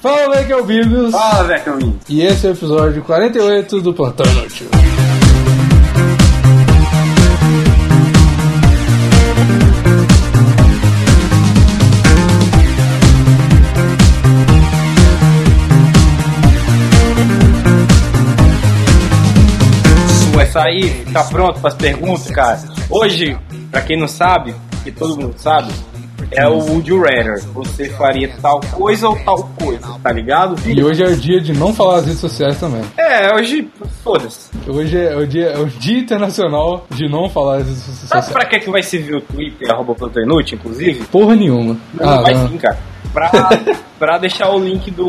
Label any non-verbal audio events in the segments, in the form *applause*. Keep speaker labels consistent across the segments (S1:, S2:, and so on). S1: Fala, Vecalvinos!
S2: Fala, Vecalvinos!
S1: E esse é o episódio 48 do Plantão Inútil.
S2: Essa aí tá pronto pras perguntas, cara? Hoje, pra quem não sabe, que todo mundo sabe, é o Would You Rather. Você faria tal coisa ou tal coisa, tá ligado?
S1: E hoje é o dia de não falar as redes sociais também.
S2: É, hoje, foda-se.
S1: Hoje é o dia, é o dia internacional de não falar as redes sociais.
S2: Sabe pra que, que vai servir o Twitter, arroba Plantão Inútil, inclusive?
S1: Porra nenhuma. Ah,
S2: Não, vai
S1: não.
S2: sim, cara. Pra, pra deixar o link do,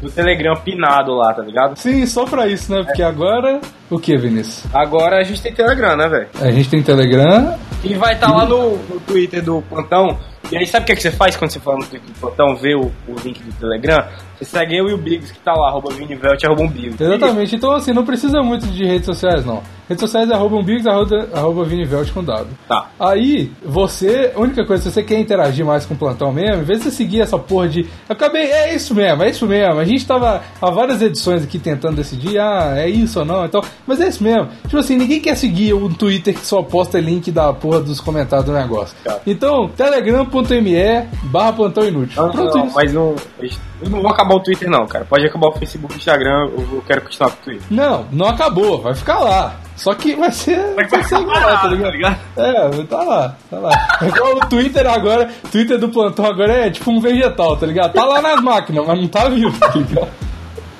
S2: do Telegram pinado lá, tá ligado?
S1: Sim, só pra isso, né? Porque agora, o que, Vinícius?
S2: Agora a gente tem Telegram, né, velho?
S1: A gente tem Telegram.
S2: E vai estar lá no, no Twitter do Plantão. E aí, sabe o que, que você faz quando você fala no Twitter do Plantão? Vê o, o link do Telegram? Você segue eu e o Biggs que tá lá, arroba Vinivelt, arroba um Biggs.
S1: Exatamente. Então, assim, não precisa muito de redes sociais, não. Redes sociais é arroba umbigs, arroba, arroba vinivelt com W.
S2: Tá.
S1: Aí, você, a única coisa, se você quer interagir mais com o plantão mesmo, em vez de você seguir essa porra de. Acabei, é isso mesmo, é isso mesmo. A gente tava há várias edições aqui tentando decidir, ah, é isso ou não, então. Mas é isso mesmo. Tipo assim, ninguém quer seguir um Twitter que só posta link da porra dos comentários do negócio.
S2: Tá.
S1: Então, telegram.me barra plantão inútil.
S2: Não,
S1: Pronto
S2: não,
S1: isso.
S2: mas não, eu não vou acabar o Twitter, não, cara. Pode acabar o Facebook, o Instagram, eu, eu quero continuar com o Twitter.
S1: Não, não acabou, vai ficar lá. Só que vai ser. Vai ser igual, tá ligado? É, tá lá, tá lá. É igual o Twitter agora, o Twitter do plantão agora é tipo um vegetal, tá ligado? Tá lá nas máquinas, mas não tá vivo, tá ligado? *laughs*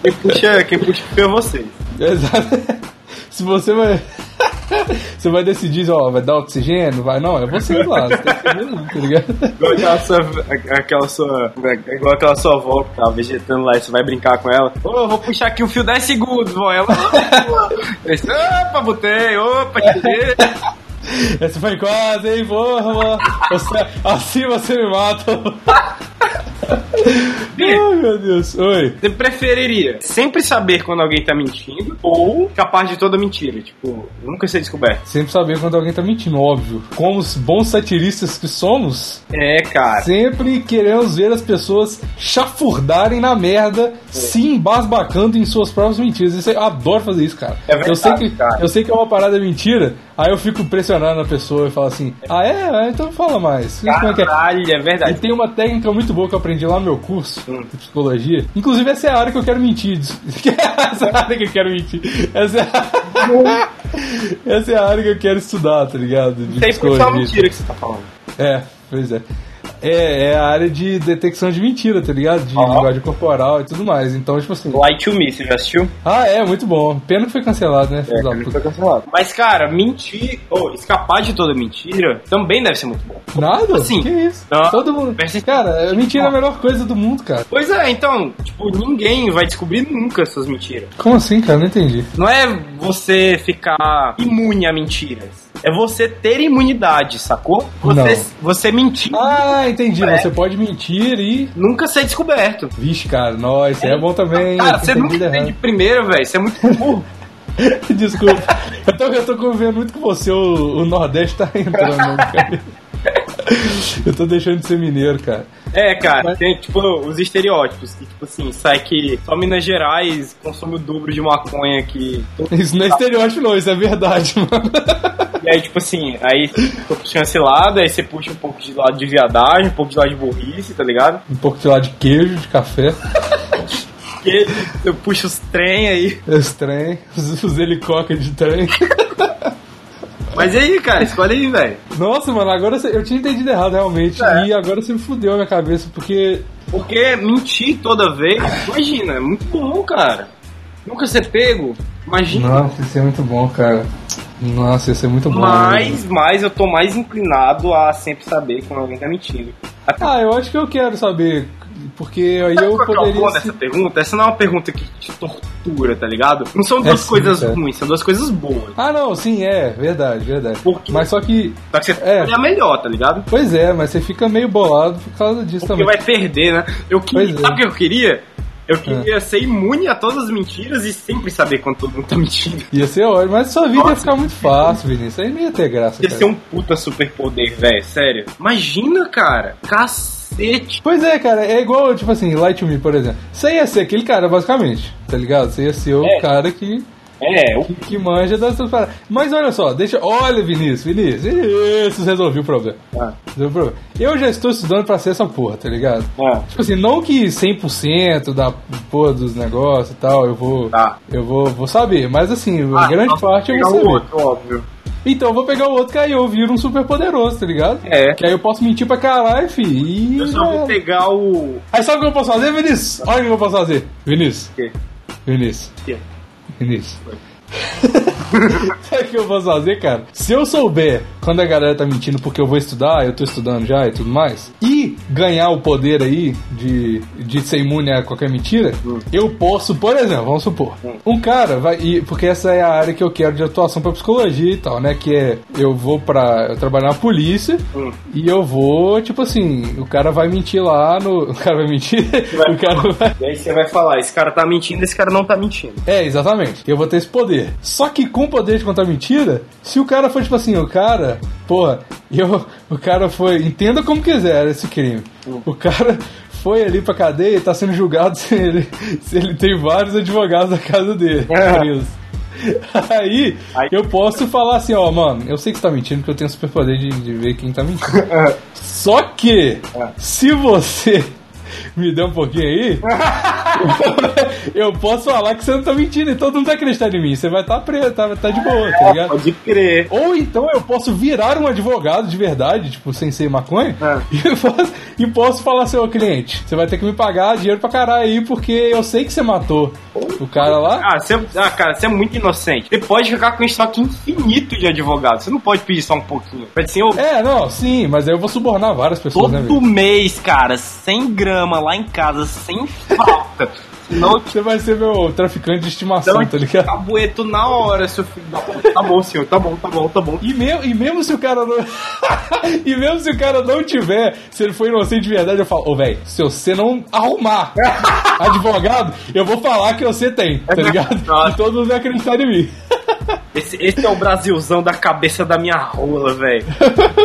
S2: Quem puxa, quem puxa é foi vocês.
S1: Exato. Se você vai. *laughs* Você vai decidir, ó, vai dar oxigênio? Vai, não, é você lá, você tem que fazer isso, tá ligado? *laughs*
S2: Igual aquela sua, aquela sua. Igual aquela sua avó que tava vegetando lá e você vai brincar com ela. Ô, eu vou puxar aqui o fio 10 segundos, vó. Ela. Eu disse, *laughs* opa, botei, opa, tirei.
S1: Essa foi quase, hein, porra, mano. Você- assim você me mata. *laughs* Ai, meu Deus. Oi.
S2: Você preferiria sempre saber quando alguém tá mentindo ou capaz de toda mentira? Tipo, nunca ser descoberto.
S1: Sempre saber quando alguém tá mentindo, óbvio. Como os bons satiristas que somos,
S2: É, cara.
S1: sempre queremos ver as pessoas chafurdarem na merda,
S2: É.
S1: se embasbacando em suas próprias mentiras. Isso, é, eu adoro fazer isso, cara.
S2: É verdade,
S1: eu, sei que,
S2: cara.
S1: eu sei que é uma parada mentira, aí eu fico pressionando a pessoa e falo assim: ah, é? Ah, Então fala mais. Como é que é?
S2: Caralho, é
S1: E
S2: verdade.
S1: tem uma técnica muito boa que eu aprendi lá no meu curso
S2: Hum.
S1: de psicologia. Inclusive, essa é a área que eu quero mentir. *laughs* Des- essa é a área que eu quero mentir. Essa é a, *laughs* essa é a área que eu quero estudar, tá ligado? De
S2: Tem por só mentira que você tá falando.
S1: É, pois é. É, é a área de detecção de mentira, tá ligado? De
S2: Aham.
S1: linguagem corporal e tudo mais. Então, tipo assim.
S2: Lie to Me, você já assistiu?
S1: Ah, é, muito bom. Pena que foi cancelado, né? filho da puta.
S2: cancelado. Mas, cara, mentir, ou escapar de toda mentira, também deve ser muito bom.
S1: Nada?
S2: Assim,
S1: que isso?
S2: não.
S1: Todo mundo.
S2: Mas- assim, tipo,
S1: Cara, mentira é a melhor coisa do mundo, cara.
S2: Pois é, então, tipo, ninguém vai descobrir nunca suas mentiras.
S1: Como assim, cara? Não entendi.
S2: Não é você ficar imune a mentiras. É você ter imunidade, sacou? Você, você mentir,
S1: Ah, entendi.
S2: É.
S1: Você pode mentir e.
S2: nunca ser descoberto.
S1: Vixe, cara, nós, é bom também.
S2: Cara,
S1: eu
S2: você
S1: entendi
S2: nunca
S1: errado.
S2: entende primeiro, velho. Você é muito burro.
S1: *laughs* Desculpa. Eu tô, eu tô convivendo muito com você, o, o Nordeste tá entrando,
S2: *laughs*
S1: cara. Eu tô deixando de ser mineiro, cara.
S2: É, cara,
S1: Mas-
S2: tem tipo os estereótipos, que tipo assim, sai que só Minas Gerais consome o dobro de maconha que.
S1: Isso não é estereótipo, não, isso é verdade, *laughs* mano.
S2: E aí, tipo assim, aí tô puxando esse lado, aí você puxa um pouco de lado de viadagem, um pouco de lado de burrice, tá ligado?
S1: Um pouco de lá de queijo, de café,
S2: Porque eu puxo os trem aí.
S1: os trem, os, os helicópteros de trem.
S2: Mas e aí, cara, escolhe aí, velho.
S1: Nossa, mano, agora você- eu tinha entendido errado, realmente.
S2: É.
S1: E agora você me fudeu a minha cabeça, porque
S2: Porque mentir toda vez, imagina, é muito comum, cara. Nunca ser pego, imagina.
S1: Nossa, isso é muito bom, cara. Nossa, isso é muito bom.
S2: Mas, mas eu tô mais inclinado a sempre saber quando alguém tá mentindo. Até
S1: Ah, eu acho que eu quero saber. Porque aí
S2: Sabe
S1: eu
S2: qual que é o
S1: poderia.
S2: foda dessa pergunta? Essa não é uma pergunta que te tortura, tá ligado? Não são duas
S1: É sim,
S2: coisas
S1: cara.
S2: ruins, são duas coisas boas.
S1: Ah, não, sim, é, verdade, verdade.
S2: Por quê?
S1: Mas só que.
S2: Só que você
S1: É.
S2: é. melhor, tá ligado?
S1: Pois é, mas você fica meio bolado por causa disso
S2: Porque
S1: também.
S2: vai perder, né? Eu queria,
S1: Pois é.
S2: Sabe o que eu queria? Eu queria ser imune a todas as mentiras e sempre saber quando todo mundo tá mentindo.
S1: Ia ser ótimo, mas sua vida ia
S2: Nossa.
S1: ficar muito fácil, Vinícius. Aí não ia ter graça.
S2: Deve ser
S1: Cara.
S2: um puta superpoder, velho, sério. Imagina, cara. Cacete. cacete.
S1: Pois é, cara, é igual, tipo assim, Light to Me, por exemplo. Você ia ser aquele cara, basicamente, tá ligado? Você ia ser o
S2: É.
S1: cara que,
S2: É, o
S1: que, que manja dessas paradas. Mas olha só, deixa. Olha, Vinícius, Vinícius, Vinícius resolvi o problema.
S2: Ah,
S1: Resolveu o problema. Eu já estou estudando pra ser essa porra, tá ligado?
S2: ah,
S1: Tipo assim, não que 100% da porra dos negócios e tal, eu vou.
S2: Tá. Ah,
S1: Eu vou, vou saber, mas assim, a grande
S2: nossa,
S1: parte eu
S2: pegar
S1: vou
S2: o
S1: saber.
S2: outro, óbvio.
S1: Então eu vou pegar o outro que aí eu viro um super poderoso, tá ligado?
S2: É.
S1: Que aí eu posso mentir pra caralho, fi. E... é,
S2: Eu só vou pegar o.
S1: Aí sabe o que eu posso fazer, Vinícius? Olha o que eu posso fazer. Vinícius,
S2: o quê?
S1: Vinícius,
S2: O quê?
S1: Vinícius. *laughs* Sabe o que eu posso fazer, cara? Se eu souber quando a galera tá mentindo porque eu vou estudar, eu tô estudando já e tudo mais, e ganhar o poder aí de, de ser imune a qualquer mentira,
S2: Hum.
S1: eu posso, por exemplo, vamos supor, um cara vai. E, porque essa é a área que eu quero de atuação pra psicologia e tal, né? Que é eu vou pra. Eu trabalho na polícia
S2: Hum.
S1: e eu vou, tipo assim, o cara vai mentir lá no. *laughs* O cara vai mentir?
S2: Vai.
S1: o cara vai.
S2: E aí você vai falar, esse cara tá mentindo, esse cara não tá mentindo.
S1: É, exatamente. Eu vou ter esse poder. Só que com o poder de contar mentira, se o cara for tipo assim, o cara, porra, eu, o cara foi, entenda como quiser esse crime. O cara foi ali pra cadeia e tá sendo julgado se ele, se ele tem vários advogados na casa dele.
S2: É.
S1: presos. Aí,
S2: Aí-
S1: eu posso falar assim, ó, mano, eu sei que você tá mentindo porque eu tenho super poder de, de ver quem tá mentindo. Só que, se você *laughs* me der um pouquinho aí, eu posso falar que você não tá mentindo e todo mundo tá acreditando em mim. Você vai estar tá preso, tá, tá de boa, tá ligado?
S2: *laughs* Pode crer.
S1: Ou então eu posso virar um advogado de verdade, tipo, sem ser maconha, *laughs* e, posso, e posso falar assim, ô cliente, você vai ter que me pagar dinheiro pra caralho aí, porque eu sei que você matou o cara lá.
S2: Ah, você, ah, cara, você é muito inocente. Você pode ficar com um estoque infinito de advogado. Você não pode pedir só um pouquinho. Pode ser ô,
S1: É, não, sim, mas aí eu vou subornar várias pessoas, né, velho?
S2: todo mês, cara, 100 grama lá em casa, sem falta. *laughs* Senão eu te
S1: Você vai ser meu traficante de estimação,
S2: dou um
S1: tá ligado?
S2: cabueto na hora, seu filho. da puta. Tá bom, senhor, tá bom, tá bom, tá bom.
S1: E, mesmo e mesmo se o cara não. *laughs* e mesmo se o cara não tiver, se ele for inocente de verdade, eu falo, ô velho, se você não arrumar advogado, eu vou falar que você tem, tá ligado?
S2: Nossa.
S1: E todo mundo vai acreditar em mim. *laughs*
S2: Esse, esse é o Brasilzão da cabeça da minha rola, velho.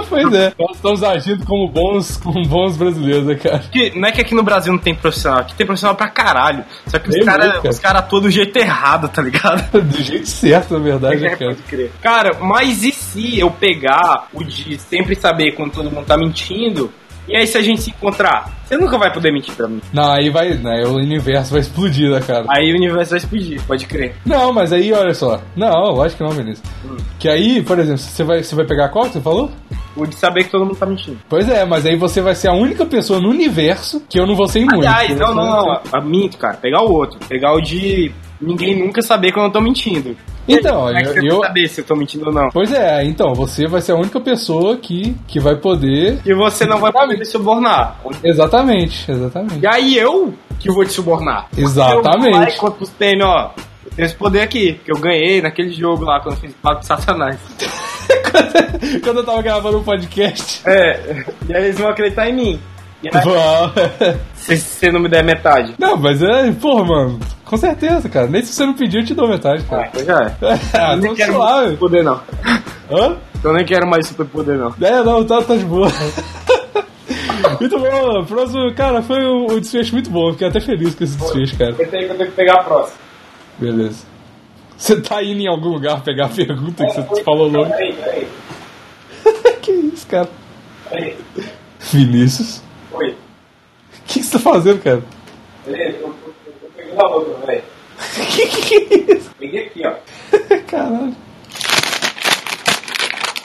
S1: pois é. Nós estamos agindo como bons, como bons brasileiros, né, cara? *laughs*
S2: Que- não é que aqui no Brasil não tem profissional, aqui tem profissional pra caralho. Só que os
S1: Tem
S2: caras
S1: muito, cara.
S2: cara. cara atuam do jeito errado, tá ligado? É,
S1: Do jeito certo, na
S2: *laughs*
S1: verdade, né, cara?
S2: Pode crer. Cara, mas e se eu pegar o de sempre saber quando todo mundo tá mentindo? E aí se a gente se encontrar? Você nunca vai poder mentir pra mim.
S1: Não, aí vai. Né, o universo vai explodir, né, cara?
S2: Aí o universo vai explodir, pode crer.
S1: Não, mas aí, olha só. Não, lógico que não, Vinícius. Que aí, por exemplo, você vai, você vai pegar qual que você falou?
S2: O de saber que todo mundo tá mentindo.
S1: Pois é, mas aí você vai ser a única pessoa no universo que eu não vou ser imune.
S2: Aliás, não, não, não. A, a minto, cara. Pegar o outro. Pegar o de ninguém nunca saber que eu não tô mentindo.
S1: Então,
S2: Como é que
S1: eu-
S2: você vai
S1: eu-
S2: saber se eu tô mentindo ou não?
S1: Pois é, então, você vai ser a única pessoa que, que vai poder.
S2: E você não vai poder me subornar.
S1: Exatamente,
S2: E
S1: exatamente.
S2: aí eu que vou te subornar. Eu vou lá e
S1: Exatamente.
S2: conto pros prêmios, ó. Eu tenho esse poder aqui, que eu ganhei naquele jogo lá quando eu fiz pago de Satanás.
S1: *laughs* Quando eu tava gravando um podcast.
S2: É, e aí eles vão acreditar em mim. E aí,
S1: Uau.
S2: se você não me der metade.
S1: *laughs* Não, mas é, porra, mano, com certeza, cara. Nem se você não pedir, eu te dou metade,
S2: Ah,
S1: cara.
S2: então já é.
S1: Ah,
S2: Eu nem
S1: *laughs* tô
S2: quero mais
S1: suave.
S2: superpoder, não.
S1: Hã?
S2: Eu nem quero mais superpoder, não.
S1: É, não, tá, tá de boa. *laughs* muito bom, próximo, cara, foi um, um desfecho muito bom. Fiquei até feliz com esse desfecho, cara.
S2: Eu tenho, eu tenho que pegar a próxima.
S1: Beleza. Você tá indo em algum lugar pegar a pergunta que você falou longe?
S2: Então, Peraí, peraí.
S1: *laughs* que isso, cara?
S2: Peraí.
S1: Vinícius?
S2: Oi.
S1: O que você tá fazendo, cara?
S2: Beleza? Eu, eu, eu peguei na outra, *laughs* velho.
S1: Que que é isso?
S2: Peguei aqui, ó.
S1: Caralho.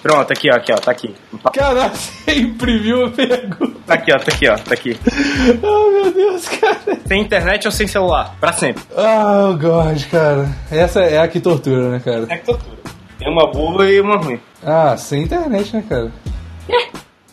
S2: Pronto, aqui, ó, aqui, ó. Tá aqui.
S1: Caralho, você imprimiu a pergunta.
S2: Tá aqui, ó, tá aqui, ó. Tá aqui.
S1: Ah, meu Deus, cara.
S2: Sem internet ou sem celular? Pra sempre.
S1: Ah, oh, God, cara. Essa é a que tortura, né, cara?
S2: É que tortura. Tem uma boa e uma ruim.
S1: Ah, sem internet, né, *laughs* cara?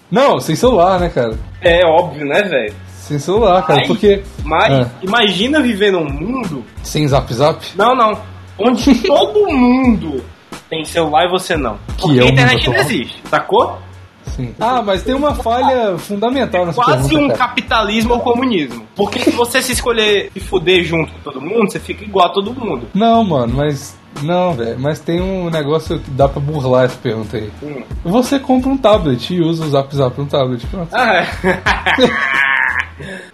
S1: Não, sem celular, né, cara?
S2: É óbvio, né, velho?
S1: Sem celular, cara,
S2: Ai.
S1: porque.
S2: Mas
S1: Ah.
S2: imagina viver num mundo.
S1: Sem zap zap?
S2: Não, não. Onde
S1: *laughs*
S2: todo mundo tem celular e você não. Porque
S1: é
S2: a
S1: o
S2: internet
S1: mundo
S2: não
S1: atual.
S2: existe, sacou?
S1: Sim. Ah, mas tem uma falha fundamental nessa
S2: Quase
S1: pergunta,
S2: um
S1: cara.
S2: capitalismo ou comunismo. Porque se você se escolher e fuder junto com todo mundo, você fica igual a todo mundo.
S1: Não, mano, mas. Não, velho, mas tem um negócio que dá pra burlar essa pergunta aí. Você compra um tablet e usa o Zap Zap no tablet, pronto.
S2: Ah, é. *laughs*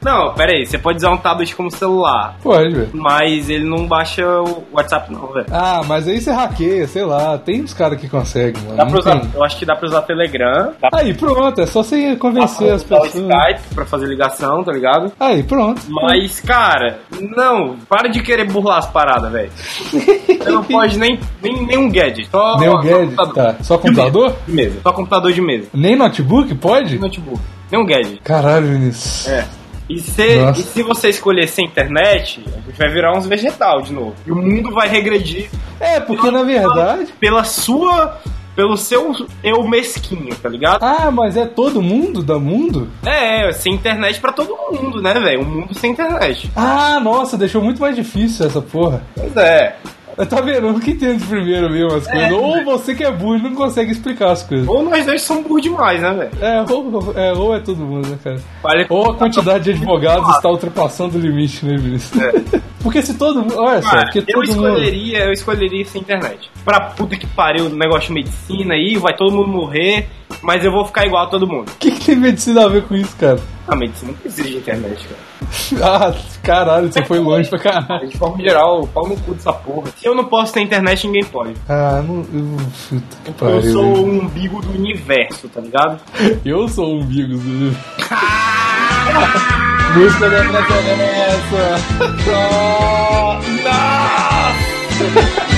S2: Não, pera aí, você pode usar um tablet como celular,
S1: Pode, velho.
S2: mas ele não baixa o WhatsApp não, velho.
S1: Ah, mas aí você hackeia, sei lá. Tem uns caras que conseguem, mano.
S2: Dá pra
S1: não
S2: usar,
S1: tem.
S2: eu acho que dá pra usar Telegram, dá pra
S1: Aí, pronto. É só você convencer as
S2: usar Ah, o
S1: pessoas.
S2: Skype pra fazer ligação, tá ligado?
S1: Aí, pronto.
S2: Mas, cara, não, para de querer burlar as paradas, velho. Você não pode nem, nem, nem um gadget. Só,
S1: Nem o
S2: só
S1: gadget, tá. Só computador?
S2: De mesa, só computador de mesa.
S1: Nem notebook? Pode?
S2: Nem notebook, nem um gadget.
S1: Caralho, Vinícius.
S2: É. E se,
S1: Nossa.
S2: e se você escolher sem internet, a gente vai virar uns vegetal de novo. E o mundo vai regredir
S1: É, porque na verdade.
S2: pela sua. pelo seu eu mesquinho, tá ligado?
S1: Ah, mas é todo mundo da mundo?
S2: É, é, sem internet pra todo mundo, né, velho? Um mundo sem internet.
S1: Ah, nossa, deixou muito mais difícil essa porra.
S2: Pois é.
S1: Eu Tá vendo? Eu que entendo primeiro mesmo as coisas. Ou você que é burro e não consegue explicar as coisas.
S2: Ou nós dois somos burros demais, né, velho?
S1: É, ou é, ou é todo mundo, né, cara?
S2: Olha-
S1: Ou a quantidade de advogados está ultrapassando o limite, né, Vinícius? *laughs* Porque se todo mundo. Olha só,
S2: É. Cara,
S1: é, porque
S2: eu
S1: todo mundo.
S2: escolheria, eu escolheria sem internet. Pra puta que pariu, negócio de medicina aí, vai todo mundo morrer, mas eu vou ficar igual a todo mundo.
S1: O *laughs* que, que tem medicina a ver com isso, cara? *laughs*
S2: A medicina não precisa de internet, cara.
S1: Ah, caralho, você foi longe pra caralho.
S2: Cara, *laughs* De forma geral, pau no cu dessa porra. Se eu não posso ter internet, ninguém pode.
S1: Ah, não. Eu, puta que
S2: Eu
S1: pariu.
S2: sou um-
S1: velho.
S2: o umbigo do universo, tá ligado?
S1: Eu sou um o umbigo, Zuzu. Música da Praça Nessa.
S2: Nossa!